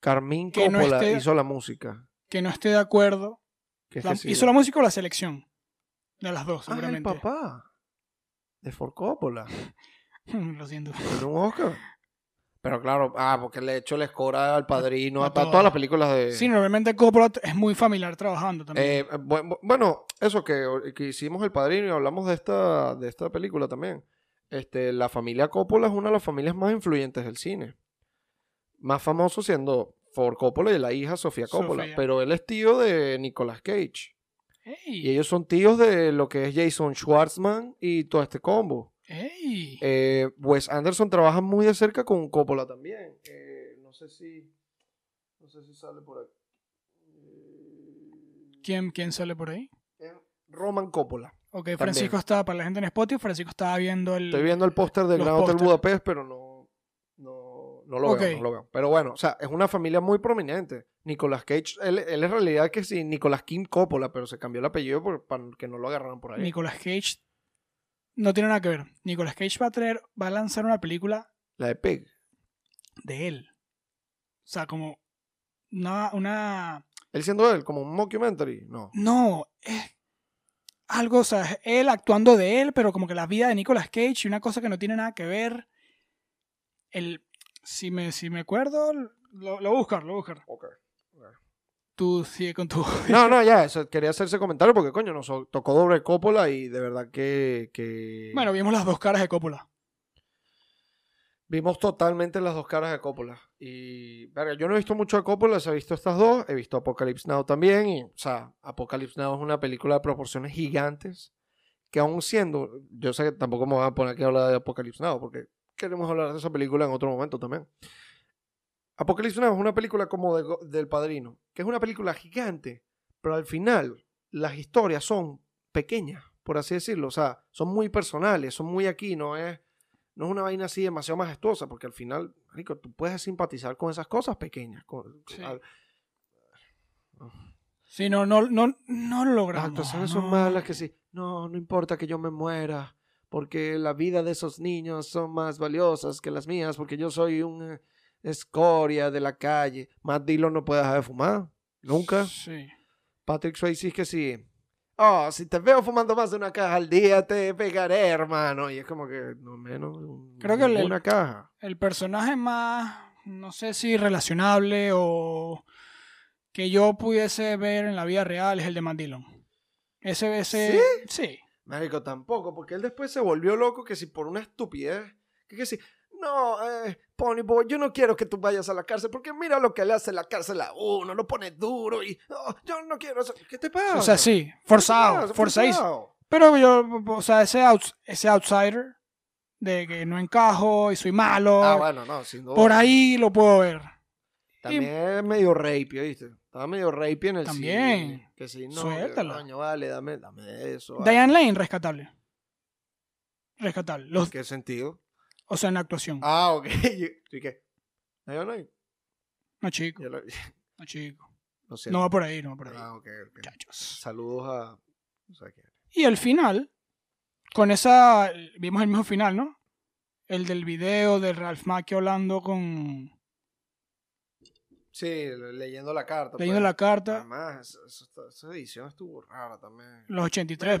Speaker 1: Carmín
Speaker 2: Que no
Speaker 1: Coppola
Speaker 2: esté-
Speaker 1: hizo la música.
Speaker 2: que no esté de acuerdo,
Speaker 1: Que es
Speaker 2: la-
Speaker 1: que sí.
Speaker 2: hizo la música o la selección. De las dos,
Speaker 1: Ah, el
Speaker 2: seguramente.
Speaker 1: papá. De Forcópola.
Speaker 2: Lo siento.
Speaker 1: Ganó un Oscar. Pero claro, ah, porque de hecho les cobra al padrino,
Speaker 2: A
Speaker 1: a, a todas
Speaker 2: todas.
Speaker 1: las películas de...
Speaker 2: Sí, normalmente Coppola es muy familiar trabajando también.
Speaker 1: Eh, bu- bu- bueno, eso que, que hicimos El Padrino y hablamos de esta, de esta película también. Este, la familia Coppola es una de las familias más influyentes del cine. Más famoso siendo Ford Coppola y la hija Sofía Coppola.
Speaker 2: Sofía.
Speaker 1: Pero él es tío de Nicolas Cage. Y
Speaker 2: ¡Ey!
Speaker 1: ellos son tíos de lo que es Jason Schwartzman y todo este combo.
Speaker 2: ¡Ey!
Speaker 1: Eh, Wes Anderson trabaja muy de cerca con Coppola también. Eh, no sé si. No sé si sale por aquí. Eh,
Speaker 2: ¿Quién, ¿Quién sale por ahí?
Speaker 1: eh, Roman Coppola.
Speaker 2: Ok, Francisco está, para la gente en Spotify, Francisco estaba viendo el...
Speaker 1: Estoy viendo el póster del
Speaker 2: Los
Speaker 1: Gran Hotel
Speaker 2: póster.
Speaker 1: Budapest, pero no, no, no lo
Speaker 2: Ok.
Speaker 1: veo, no lo veo. Pero bueno, o sea, es una familia muy prominente. Nicolas Cage, él, él en realidad que sí, Nicolas Kim Coppola, pero se cambió el apellido por- para que no lo agarraran por ahí.
Speaker 2: Nicolas Cage no tiene nada que ver. Nicolas Cage va a traer, va a lanzar una película
Speaker 1: La de Pig.
Speaker 2: de él. O sea, como una, una
Speaker 1: Él siendo él, como un mockumentary. No.
Speaker 2: No, es algo, o sea, es él actuando de él, pero como que la vida de Nicolas Cage y una cosa que no tiene nada que ver. El, si me, si me acuerdo, lo, lo voy a buscar, lo voy a buscar. Tú sigue con tu...
Speaker 1: No, no, ya, eso, quería hacer ese comentario porque, coño, nos tocó doble Coppola y de verdad que, que
Speaker 2: Bueno, vimos las dos caras de Coppola.
Speaker 1: vimos totalmente las dos caras de Coppola. Y, verga, yo no he visto mucho a Coppola, se he visto estas dos, he visto Apocalypse Now también. Y, o sea, Apocalypse Now es una película de proporciones gigantes que aún siendo, yo sé que tampoco me voy a poner aquí a hablar de Apocalypse Now porque queremos hablar de esa película en otro momento también. Apocalypse Now es una película como de Go- del Padrino, que es una película gigante, pero al final las historias son pequeñas, por así decirlo, o sea, son muy personales, son muy aquí, no es, no es una vaina así demasiado majestuosa, porque al final, rico, tú puedes simpatizar con esas cosas pequeñas, con,
Speaker 2: Sí.
Speaker 1: al-
Speaker 2: Sí, no, no, no, no lo
Speaker 1: Las
Speaker 2: logramos. Ah,
Speaker 1: actuaciones
Speaker 2: no.
Speaker 1: son malas que sí. No, no importa que yo me muera, porque la vida de esos niños son más valiosas que las mías, porque yo soy una escoria de la calle. Matt Dillon no puede dejar de fumar. Nunca.
Speaker 2: Sí.
Speaker 1: Patrick Swayze es que sí. Oh, si te veo fumando más de una caja al día, te pegaré, hermano. Y es como que, no menos, un-
Speaker 2: Creo que el-
Speaker 1: ninguna caja.
Speaker 2: el personaje más, no sé si relacionable o que yo pudiese ver en la vida real es el de Matt Dillon. Ese, ese, sí.
Speaker 1: Marico, tampoco, porque él después se volvió loco que si por una estupidez, que, que si, no, eh, Pony Boy, yo no quiero que tú vayas a la cárcel, porque mira lo que le hace la cárcel a uno, lo pone duro y, oh, yo no quiero eso, ¿qué te pasa?
Speaker 2: O sea, sí, forzado, forzadísimo.
Speaker 1: forzado.
Speaker 2: Pero yo, o sea, ese, outs- ese outsider de que no encajo y soy malo,
Speaker 1: Ah, bueno, no, sin duda.
Speaker 2: por ahí lo puedo ver.
Speaker 1: También es medio rape, ¿viste? Estaba medio rape en el
Speaker 2: También.
Speaker 1: cine, Que si no,
Speaker 2: Suéltalo.
Speaker 1: coño, vale, dame, dame eso. vale.
Speaker 2: Diane Lane, rescatable. Rescatable. Los-
Speaker 1: ¿En qué sentido?
Speaker 2: o sea, en la actuación.
Speaker 1: Ah, ok. Yo- ¿Y qué? No, no,
Speaker 2: No, chico,
Speaker 1: yo lo-
Speaker 2: no, chico.
Speaker 1: lo siento.
Speaker 2: No va por ahí, no va por ahí.
Speaker 1: Ah, ok, ok.
Speaker 2: Muchachos.
Speaker 1: Saludos a. no sé quién.
Speaker 2: Y el final, con esa. Vimos el mismo final, ¿no? El del video de Ralph Macchio hablando con.
Speaker 1: Sí, le- leyendo la carta.
Speaker 2: leyendo la
Speaker 1: pues.
Speaker 2: carta.
Speaker 1: Además, eso- eso está- esa edición estuvo rara también.
Speaker 2: Los 83,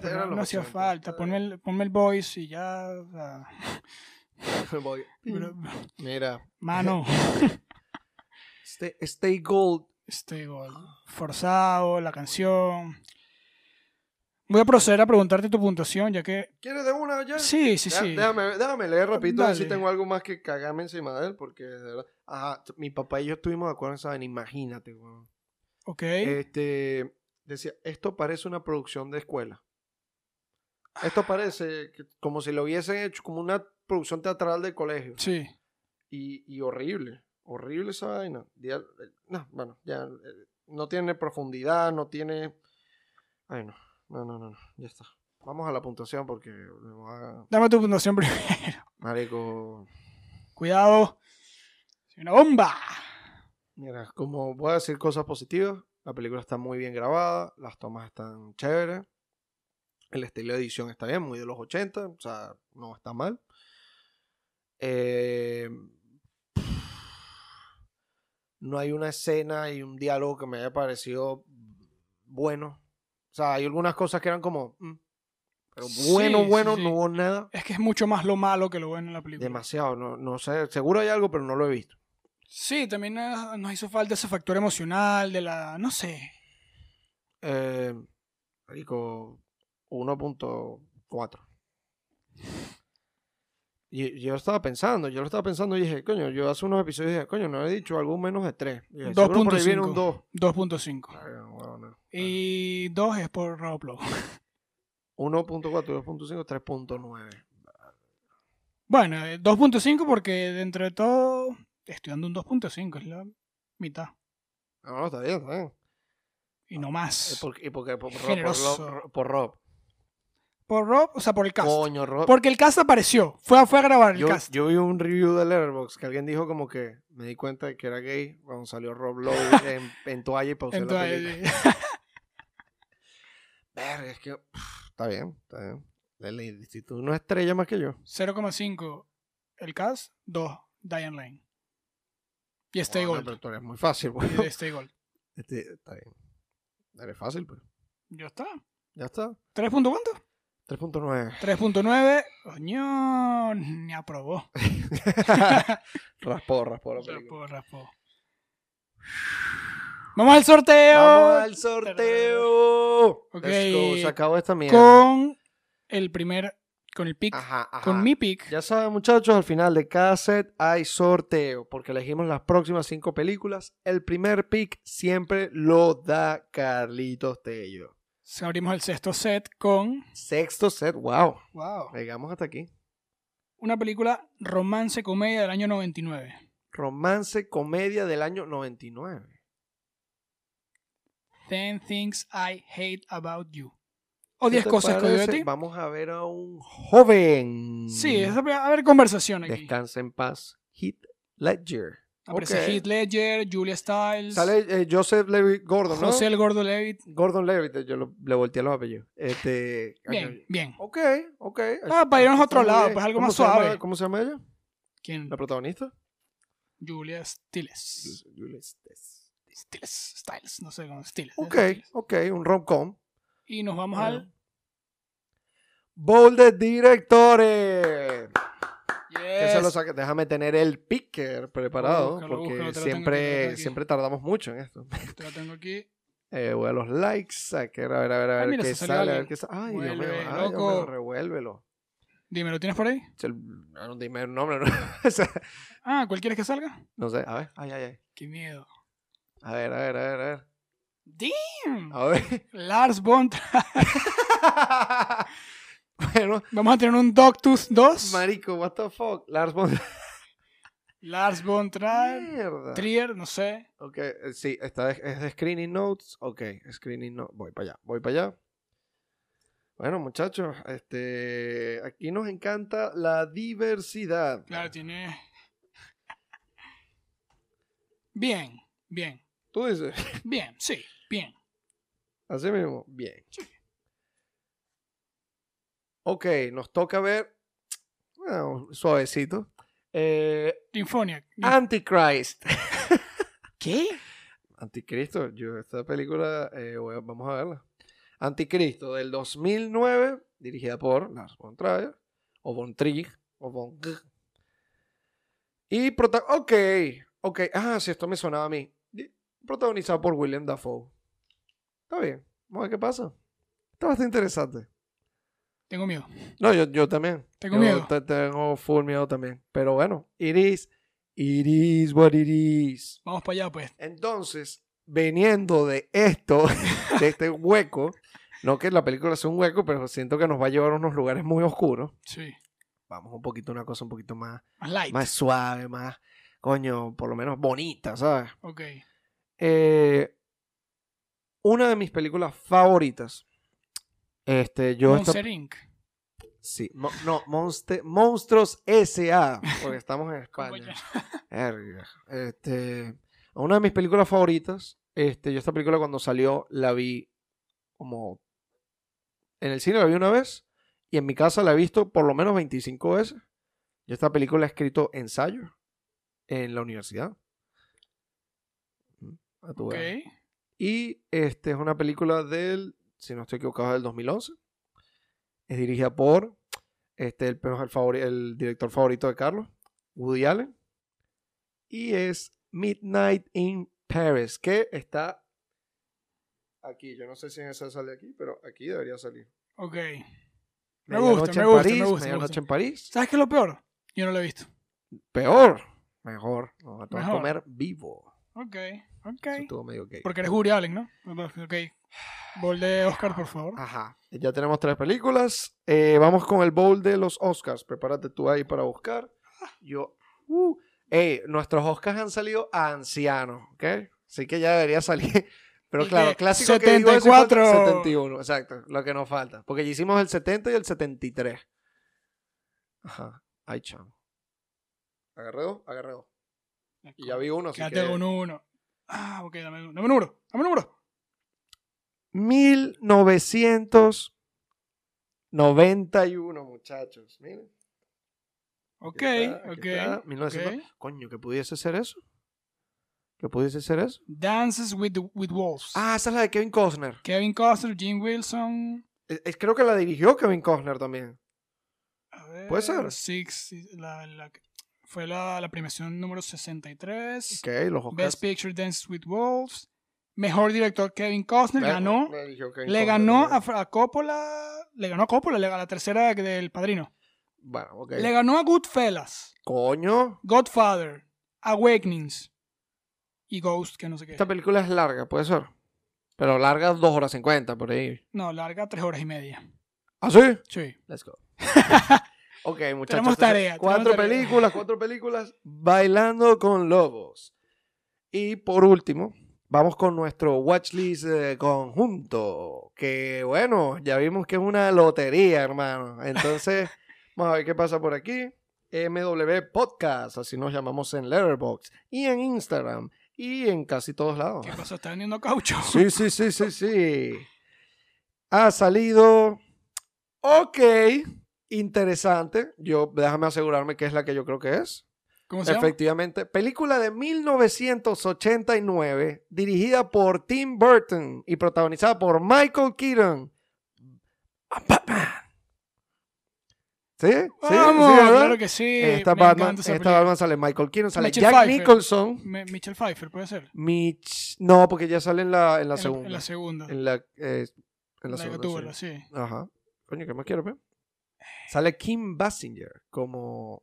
Speaker 1: Bueno,
Speaker 2: pero
Speaker 1: eran los
Speaker 2: no, no hacía
Speaker 1: 80,
Speaker 2: falta.
Speaker 1: está
Speaker 2: Ponme el, ponme el voice y ya. o sea,
Speaker 1: Voy.
Speaker 2: pero-
Speaker 1: Mm. Mira,
Speaker 2: mano,
Speaker 1: stay, Stay Gold.
Speaker 2: este gol. Forzado, la canción. Voy a proceder a preguntarte tu puntuación, ya que.
Speaker 1: ¿Quieres de una ya?
Speaker 2: Sí, sí,
Speaker 1: Ya,
Speaker 2: sí.
Speaker 1: Déjame, déjame leer rapidito a ver si
Speaker 2: Dale.
Speaker 1: tengo algo más que cagarme encima de él, porque de verdad. Ajá, t- mi papá y yo estuvimos de acuerdo en esa vaina, imagínate, weón.
Speaker 2: Ok.
Speaker 1: Este, decía, esto parece una producción de escuela. Esto parece que- como si lo hubiesen hecho como una producción teatral de colegio.
Speaker 2: Sí.
Speaker 1: y, y horrible, horrible esa vaina. Dia- eh, No, bueno, ya eh, no tiene profundidad, no tiene. Ay, no, no, no, no, no, ya está. Vamos a la puntuación porque me va a-
Speaker 2: Dame tu puntuación primero.
Speaker 1: Marico.
Speaker 2: Cuidado. Soy una bomba.
Speaker 1: Mira, como voy a decir cosas positivas, la película está muy bien grabada, las tomas están chéveres, el estilo de edición está bien, muy de los 80, o sea, no está mal. Eh, no hay una escena y un diálogo que me haya parecido bueno. O sea, hay algunas cosas que eran como, mm, Pero bueno,
Speaker 2: Sí,
Speaker 1: bueno,
Speaker 2: sí, sí.
Speaker 1: no hubo nada.
Speaker 2: Es que es mucho más lo malo que lo bueno en la película.
Speaker 1: Demasiado, no, no sé. Seguro hay algo, pero no lo he visto.
Speaker 2: Sí, también eh, nos hizo falta ese factor emocional de la. No sé.
Speaker 1: Eh, marico, 1.4. Y yo estaba pensando, yo lo estaba pensando y dije, coño, yo hace unos episodios dije, coño, no he dicho algo menos de 3.
Speaker 2: 2.5.
Speaker 1: 2.
Speaker 2: 2.5. Y 2 es por Roblox.
Speaker 1: 1.4, 2.5, 3.9.
Speaker 2: Bueno, eh, 2.5 porque dentro de todo estoy dando un 2.5, es la mitad.
Speaker 1: No, no, está bien, está bien.
Speaker 2: Y no
Speaker 1: ¿Y
Speaker 2: más. Por,
Speaker 1: por, y por qué? Por, por, Rob, por,
Speaker 2: Generoso.
Speaker 1: Rob, por Rob.
Speaker 2: Rob, o sea, por el cast.
Speaker 1: Coño, Rob.
Speaker 2: Porque el cast apareció. Fue, a- fue a grabar el
Speaker 1: Yo,
Speaker 2: cast.
Speaker 1: yo vi un review de Letterboxd que alguien dijo como que me di cuenta de que era gay cuando salió Rob Lowe en, en toalla y pausé la
Speaker 2: Entonces, eh,
Speaker 1: película. Verga, es que... pff, está bien, está bien. Dele, si tú no estrella más que yo.
Speaker 2: 0.5 el cast, 2 Diane Lane. Y Stay
Speaker 1: Bueno,
Speaker 2: Gold.
Speaker 1: Pero tú eres muy fácil, güey.
Speaker 2: Y de Stay Gold.
Speaker 1: Este, está bien. Eres fácil, pues.
Speaker 2: Ya está.
Speaker 1: Ya está.
Speaker 2: ¿3. punto cuánto?
Speaker 1: 3.9.
Speaker 2: 3.9. Coño, ni aprobó.
Speaker 1: raspó, raspó la película.
Speaker 2: raspó, raspó. Vamos al sorteo.
Speaker 1: ¡Vamos al sorteo!
Speaker 2: Ok.
Speaker 1: Let's go, Se acabó esta mierda.
Speaker 2: con el primer, con el pick,
Speaker 1: Ajá, ajá.
Speaker 2: con mi pick.
Speaker 1: Ya saben, muchachos, al final de cada set hay sorteo, porque elegimos las próximas cinco películas. El primer pick siempre lo da Carlitos Tello.
Speaker 2: Abrimos el sexto set con
Speaker 1: Sexto set, wow.
Speaker 2: wow.
Speaker 1: Llegamos hasta aquí.
Speaker 2: una película romance comedia del año 99.
Speaker 1: Romance comedia del año 99.
Speaker 2: Ten Things I Hate About You. O
Speaker 1: ¿Qué
Speaker 2: 10
Speaker 1: te
Speaker 2: Oh, cosas que odio de
Speaker 1: parece?
Speaker 2: ti.
Speaker 1: Vamos a ver a un joven.
Speaker 2: Sí, es- va a haber conversación aquí.
Speaker 1: Descansa en paz. Hit Ledger.
Speaker 2: Aparece
Speaker 1: Ok.
Speaker 2: Heath Ledger, Julia Stiles,
Speaker 1: Sale eh, Joseph Levitt Gordon, ¿no?
Speaker 2: José el Gordo Levitt.
Speaker 1: Gordon Levitt, yo lo- le volteé los apellidos. Este,
Speaker 2: Bien, bien.
Speaker 1: Ok, ok.
Speaker 2: Ah, para irnos a otro
Speaker 1: Está muy
Speaker 2: lado,
Speaker 1: bien.
Speaker 2: pues, algo
Speaker 1: ¿Cómo
Speaker 2: más
Speaker 1: se llama-
Speaker 2: suave.
Speaker 1: ¿Cómo se llama ella?
Speaker 2: ¿Quién?
Speaker 1: ¿La protagonista?
Speaker 2: Julia Stiles. Stiles, Stiles, no sé cómo. Stiles.
Speaker 1: Ok,
Speaker 2: Stiles.
Speaker 1: ok, un rom-com.
Speaker 2: Y nos vamos al.
Speaker 1: Bowl de directores. Que se
Speaker 2: Yes.
Speaker 1: lo saque- Déjame tener el picker
Speaker 2: Lo
Speaker 1: preparado,
Speaker 2: busco, lo
Speaker 1: porque
Speaker 2: busco, te lo tengo, te lo tengo
Speaker 1: siempre,
Speaker 2: aquí.
Speaker 1: siempre tardamos mucho en esto.
Speaker 2: Te lo tengo aquí.
Speaker 1: Eh, voy a los likes, a que- a ver, a ver, a ver,
Speaker 2: Ay, mira,
Speaker 1: qué
Speaker 2: se salió
Speaker 1: sale, a ver
Speaker 2: alguien.
Speaker 1: qué sale. Ay, Dios mío,
Speaker 2: Vuelve,
Speaker 1: ay, Dios mío,
Speaker 2: loco.
Speaker 1: revuélvelo.
Speaker 2: Dime, ¿lo tienes por ahí?
Speaker 1: Se- no, no, dime el nombre, no, O sea,
Speaker 2: Ah, ¿cuál quieres que salga?
Speaker 1: no sé, a ver, ay, ay, ay.
Speaker 2: Qué miedo.
Speaker 1: A ver, a ver, a ver, a ver.
Speaker 2: ¡Damn!
Speaker 1: A ver.
Speaker 2: Lars von Trier.
Speaker 1: bueno,
Speaker 2: Vamos a tener un Doctus 2.
Speaker 1: marico, what the fuck. Lars von
Speaker 2: Lars von Trier.
Speaker 1: Mierda.
Speaker 2: Trier, no sé.
Speaker 1: Ok, eh, sí, está de- es de Screening Notes. Ok, Screening Notes. Voy para allá, voy para allá. Bueno, muchachos, este, aquí nos encanta la diversidad.
Speaker 2: Claro, tiene. Bien, bien,
Speaker 1: Tú dices,
Speaker 2: bien, sí, bien.
Speaker 1: así mismo, bien. Ok, nos toca ver, bueno, suavecito. Eh,
Speaker 2: Sinfonia.
Speaker 1: Ah. Antichrist.
Speaker 2: ¿Qué?
Speaker 1: Anticristo, yo esta película, eh, voy a- vamos a verla. Anticristo del 2009, dirigida por Lars von Trier, o von Trier, o von... G. Y prota ok, ok, ah, si esto me sonaba a mí. Di- Protagonizada por William Dafoe. Está bien, vamos a ver qué pasa. Está bastante interesante.
Speaker 2: Tengo miedo.
Speaker 1: No, yo, yo también.
Speaker 2: Tengo
Speaker 1: Yo
Speaker 2: miedo.
Speaker 1: te- Tengo full miedo también. Pero bueno, it is, it is what it is.
Speaker 2: Vamos para allá, pues.
Speaker 1: Entonces, veniendo de esto, de este hueco, no que la película sea un hueco, pero siento que nos va a llevar a unos lugares muy oscuros.
Speaker 2: Sí.
Speaker 1: Vamos un poquito, una cosa un poquito más,
Speaker 2: Más light.
Speaker 1: más suave, más, coño, por lo menos bonita, ¿sabes?
Speaker 2: Ok.
Speaker 1: Eh, una de mis películas favoritas. Este, yo esta-
Speaker 2: Monster Inc.
Speaker 1: Sí, mo- no, Monste- Monstruos S.A. Porque estamos en
Speaker 2: ¿Cómo
Speaker 1: España. Verga. Este, una de mis películas favoritas. Este, yo esta película cuando salió la vi como en el cine la vi una vez y en mi casa la he visto por lo menos 25 veces. Yo esta película he escrito ensayos en la universidad. Mm, A tu
Speaker 2: Ok.
Speaker 1: edad. Y este es una película del, si no estoy equivocado, del 2011. Es dirigida por este, el, el, favori- el director favorito de Carlos, Woody Allen. Y es Midnight in Paris, que está aquí. Yo no sé si en esa sale aquí, pero aquí debería salir.
Speaker 2: Ok. Me gusta,
Speaker 1: Medianoche
Speaker 2: me
Speaker 1: en
Speaker 2: gusta, me
Speaker 1: París,
Speaker 2: gusta, me
Speaker 1: medianoche
Speaker 2: gusta.
Speaker 1: en París.
Speaker 2: ¿Sabes qué es lo peor? Yo no lo he visto.
Speaker 1: Peor, mejor. Nos va a tocar
Speaker 2: Mejor.
Speaker 1: comer vivo.
Speaker 2: Ok, ok.
Speaker 1: Eso estuvo medio gay.
Speaker 2: Porque eres Woody Allen, ¿no? Ok. Bol de Oscar, por favor.
Speaker 1: Ajá. Ya tenemos tres películas. Eh, vamos con el bowl de los Oscars. Prepárate tú ahí para buscar. Yo. uh, Ey, nuestros Oscars han salido ancianos, ¿ok? Así que ya debería salir. Pero
Speaker 2: Y
Speaker 1: claro,
Speaker 2: que
Speaker 1: clásico que digo es
Speaker 2: 74.
Speaker 1: 71, exacto. Lo que nos falta. Porque ya hicimos el 70 y el 73. Ajá. Ay, chamo. Agarré dos, agarré dos. Y ya vi uno, así
Speaker 2: Quédate
Speaker 1: que...
Speaker 2: con uno. Ah, ok, dame, dame un número. Dame un número.
Speaker 1: 1991, muchachos. Miren.
Speaker 2: Ok,
Speaker 1: Aquí está, aquí
Speaker 2: ok.
Speaker 1: está,
Speaker 2: ok.
Speaker 1: 1900. Coño, que pudiese ser eso. Que pudiese ser eso.
Speaker 2: Dances with, the- with Wolves.
Speaker 1: Ah, esa es la de Kevin Costner.
Speaker 2: Kevin Costner, Jim Wilson.
Speaker 1: Es- es- creo que la dirigió Kevin Costner también.
Speaker 2: A ver,
Speaker 1: Puede ser.
Speaker 2: Six, la- la- fue la, la premiación número 63.
Speaker 1: Ok, los Oscars.
Speaker 2: Best Picture Dances with Wolves. Mejor director Kevin Costner
Speaker 1: Bueno,
Speaker 2: ganó.
Speaker 1: la dirigió Kevin
Speaker 2: Le
Speaker 1: Costner
Speaker 2: ganó a,
Speaker 1: también.
Speaker 2: Fra- a Coppola. Le ganó a Coppola, le ganó la tercera del padrino.
Speaker 1: Bueno, ok.
Speaker 2: Le ganó a Goodfellas,
Speaker 1: Coño.
Speaker 2: Godfather, Awakenings y Ghost, que no sé qué.
Speaker 1: Esta película es larga, puede ser. Pero larga 2 horas 50 por ahí.
Speaker 2: No, larga tres horas y media.
Speaker 1: ¿Ah, sí?
Speaker 2: Sí.
Speaker 1: Let's go. ok, muchachos.
Speaker 2: Tenemos tarea,
Speaker 1: Cuatro
Speaker 2: tenemos tarea.
Speaker 1: películas, cuatro películas. Bailando con lobos. Y por último, vamos con nuestro watchlist eh, conjunto. Que bueno, ya vimos que es una lotería, hermano. Entonces, vamos a ver qué pasa por aquí. MW Podcast, así nos llamamos en Letterboxd y en Instagram y en casi todos lados.
Speaker 2: ¿Qué pasó? ¿Está vendiendo caucho?
Speaker 1: Oh. Sí, sí, sí, sí, sí. Ha salido. Ok. Interesante. Yo déjame asegurarme que es la que yo creo que es.
Speaker 2: ¿Cómo se llama?
Speaker 1: Efectivamente. Película de 1989, dirigida por Tim Burton y protagonizada por Michael Keaton. Batman. ¿Sí? ¿Sí? ¿Sí,
Speaker 2: Vamos,
Speaker 1: verdad?
Speaker 2: claro que sí.
Speaker 1: Esta,
Speaker 2: Me
Speaker 1: Batman,
Speaker 2: encanta esa
Speaker 1: esta
Speaker 2: película.
Speaker 1: Batman sale Michael Keaton, sale
Speaker 2: Michelle
Speaker 1: Jack
Speaker 2: Pfeiffer.
Speaker 1: Nicholson.
Speaker 2: Me- Michelle Pfeiffer, puede ser.
Speaker 1: Mitch. No, porque ya sale en la, en la
Speaker 2: En-
Speaker 1: segunda.
Speaker 2: En la segunda.
Speaker 1: En la, eh, en la
Speaker 2: La que
Speaker 1: segunda,
Speaker 2: tú,
Speaker 1: sí.
Speaker 2: ¿verdad? sí.
Speaker 1: Ajá. Coño, ¿qué más quiero, pe? Sale Kim Basinger como.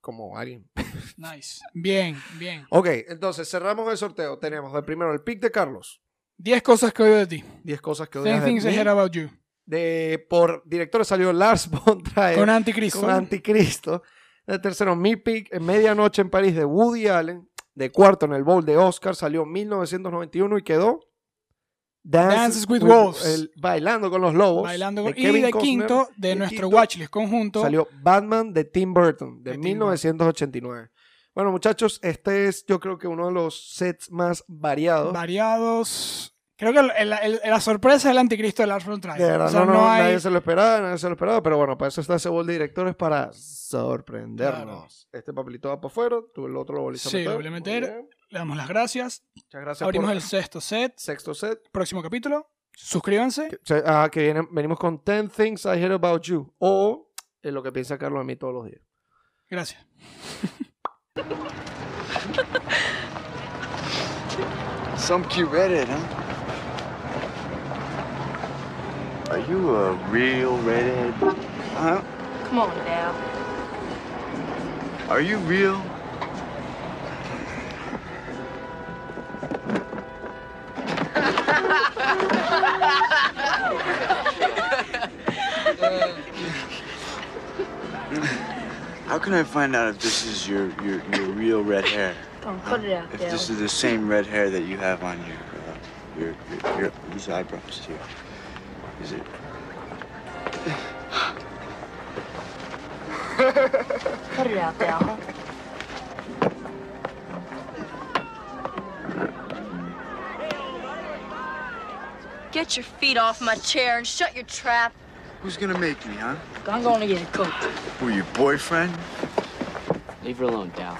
Speaker 1: Como alguien.
Speaker 2: Nice. Bien, bien.
Speaker 1: Ok, entonces cerramos el sorteo. Tenemos de primero el pick de Carlos.
Speaker 2: 10 cosas que odio de ti.
Speaker 1: 10 cosas que
Speaker 2: Ten
Speaker 1: odias de
Speaker 2: things I
Speaker 1: mí.
Speaker 2: hate about you.
Speaker 1: De, por directores salió Lars von Trier
Speaker 2: Con
Speaker 1: Eh, con,
Speaker 2: Anticristo.
Speaker 1: Anticristo. De tercero, mi pick, en Medianoche en París de Woody Allen. De cuarto, en el Bowl de Oscar, salió 1991 y quedó
Speaker 2: Dances with Wolves.
Speaker 1: el Bailando con los Lobos.
Speaker 2: Bailando
Speaker 1: de
Speaker 2: con... Y
Speaker 1: Kevin
Speaker 2: de
Speaker 1: Costner.
Speaker 2: quinto, de
Speaker 1: Y
Speaker 2: nuestro
Speaker 1: quinto,
Speaker 2: watchlist conjunto.
Speaker 1: Salió Batman de Tim Burton de,
Speaker 2: De Tim
Speaker 1: 1989. Bueno, muchachos, este es yo creo que uno de los sets más variados.
Speaker 2: variados. Creo que el- el- el- la sorpresa es el anticristo de Lars von Trier.
Speaker 1: de verdad,
Speaker 2: o sea,
Speaker 1: no,
Speaker 2: no,
Speaker 1: no,
Speaker 2: hay...
Speaker 1: nadie se lo esperaba, nadie se lo esperaba, pero bueno, para eso está ese bol de directores para sorprendernos. Este papelito va para afuera, tú el otro lo volviste
Speaker 2: Sí,
Speaker 1: a meter.
Speaker 2: lo volví a
Speaker 1: Muy
Speaker 2: meter.
Speaker 1: bien.
Speaker 2: Le damos las gracias.
Speaker 1: Muchas gracias
Speaker 2: Abrimos
Speaker 1: por
Speaker 2: el sexto set.
Speaker 1: sexto set.
Speaker 2: Próximo capítulo. Suscríbanse.
Speaker 1: Que- se- Ah, que viene- venimos con 10 things I heard about you o eh, lo que piensa Carlos de mí todos los días.
Speaker 2: Gracias.
Speaker 3: Some cute redhead, huh? Are you a real redhead? Huh?
Speaker 4: Come on now.
Speaker 3: Are you real? How can I find out if this is your your, your real red hair?
Speaker 4: Don't put it out
Speaker 3: If
Speaker 4: there.
Speaker 3: this is the same red hair that you have on your uh, your, your your these eyebrows here, is it?
Speaker 4: Put it out there, huh? Get your feet off my chair and shut your trap.
Speaker 3: Who's gonna make me, huh?
Speaker 4: I'm going to get a coat.
Speaker 3: Who your boyfriend?
Speaker 5: Leave her alone, Dal.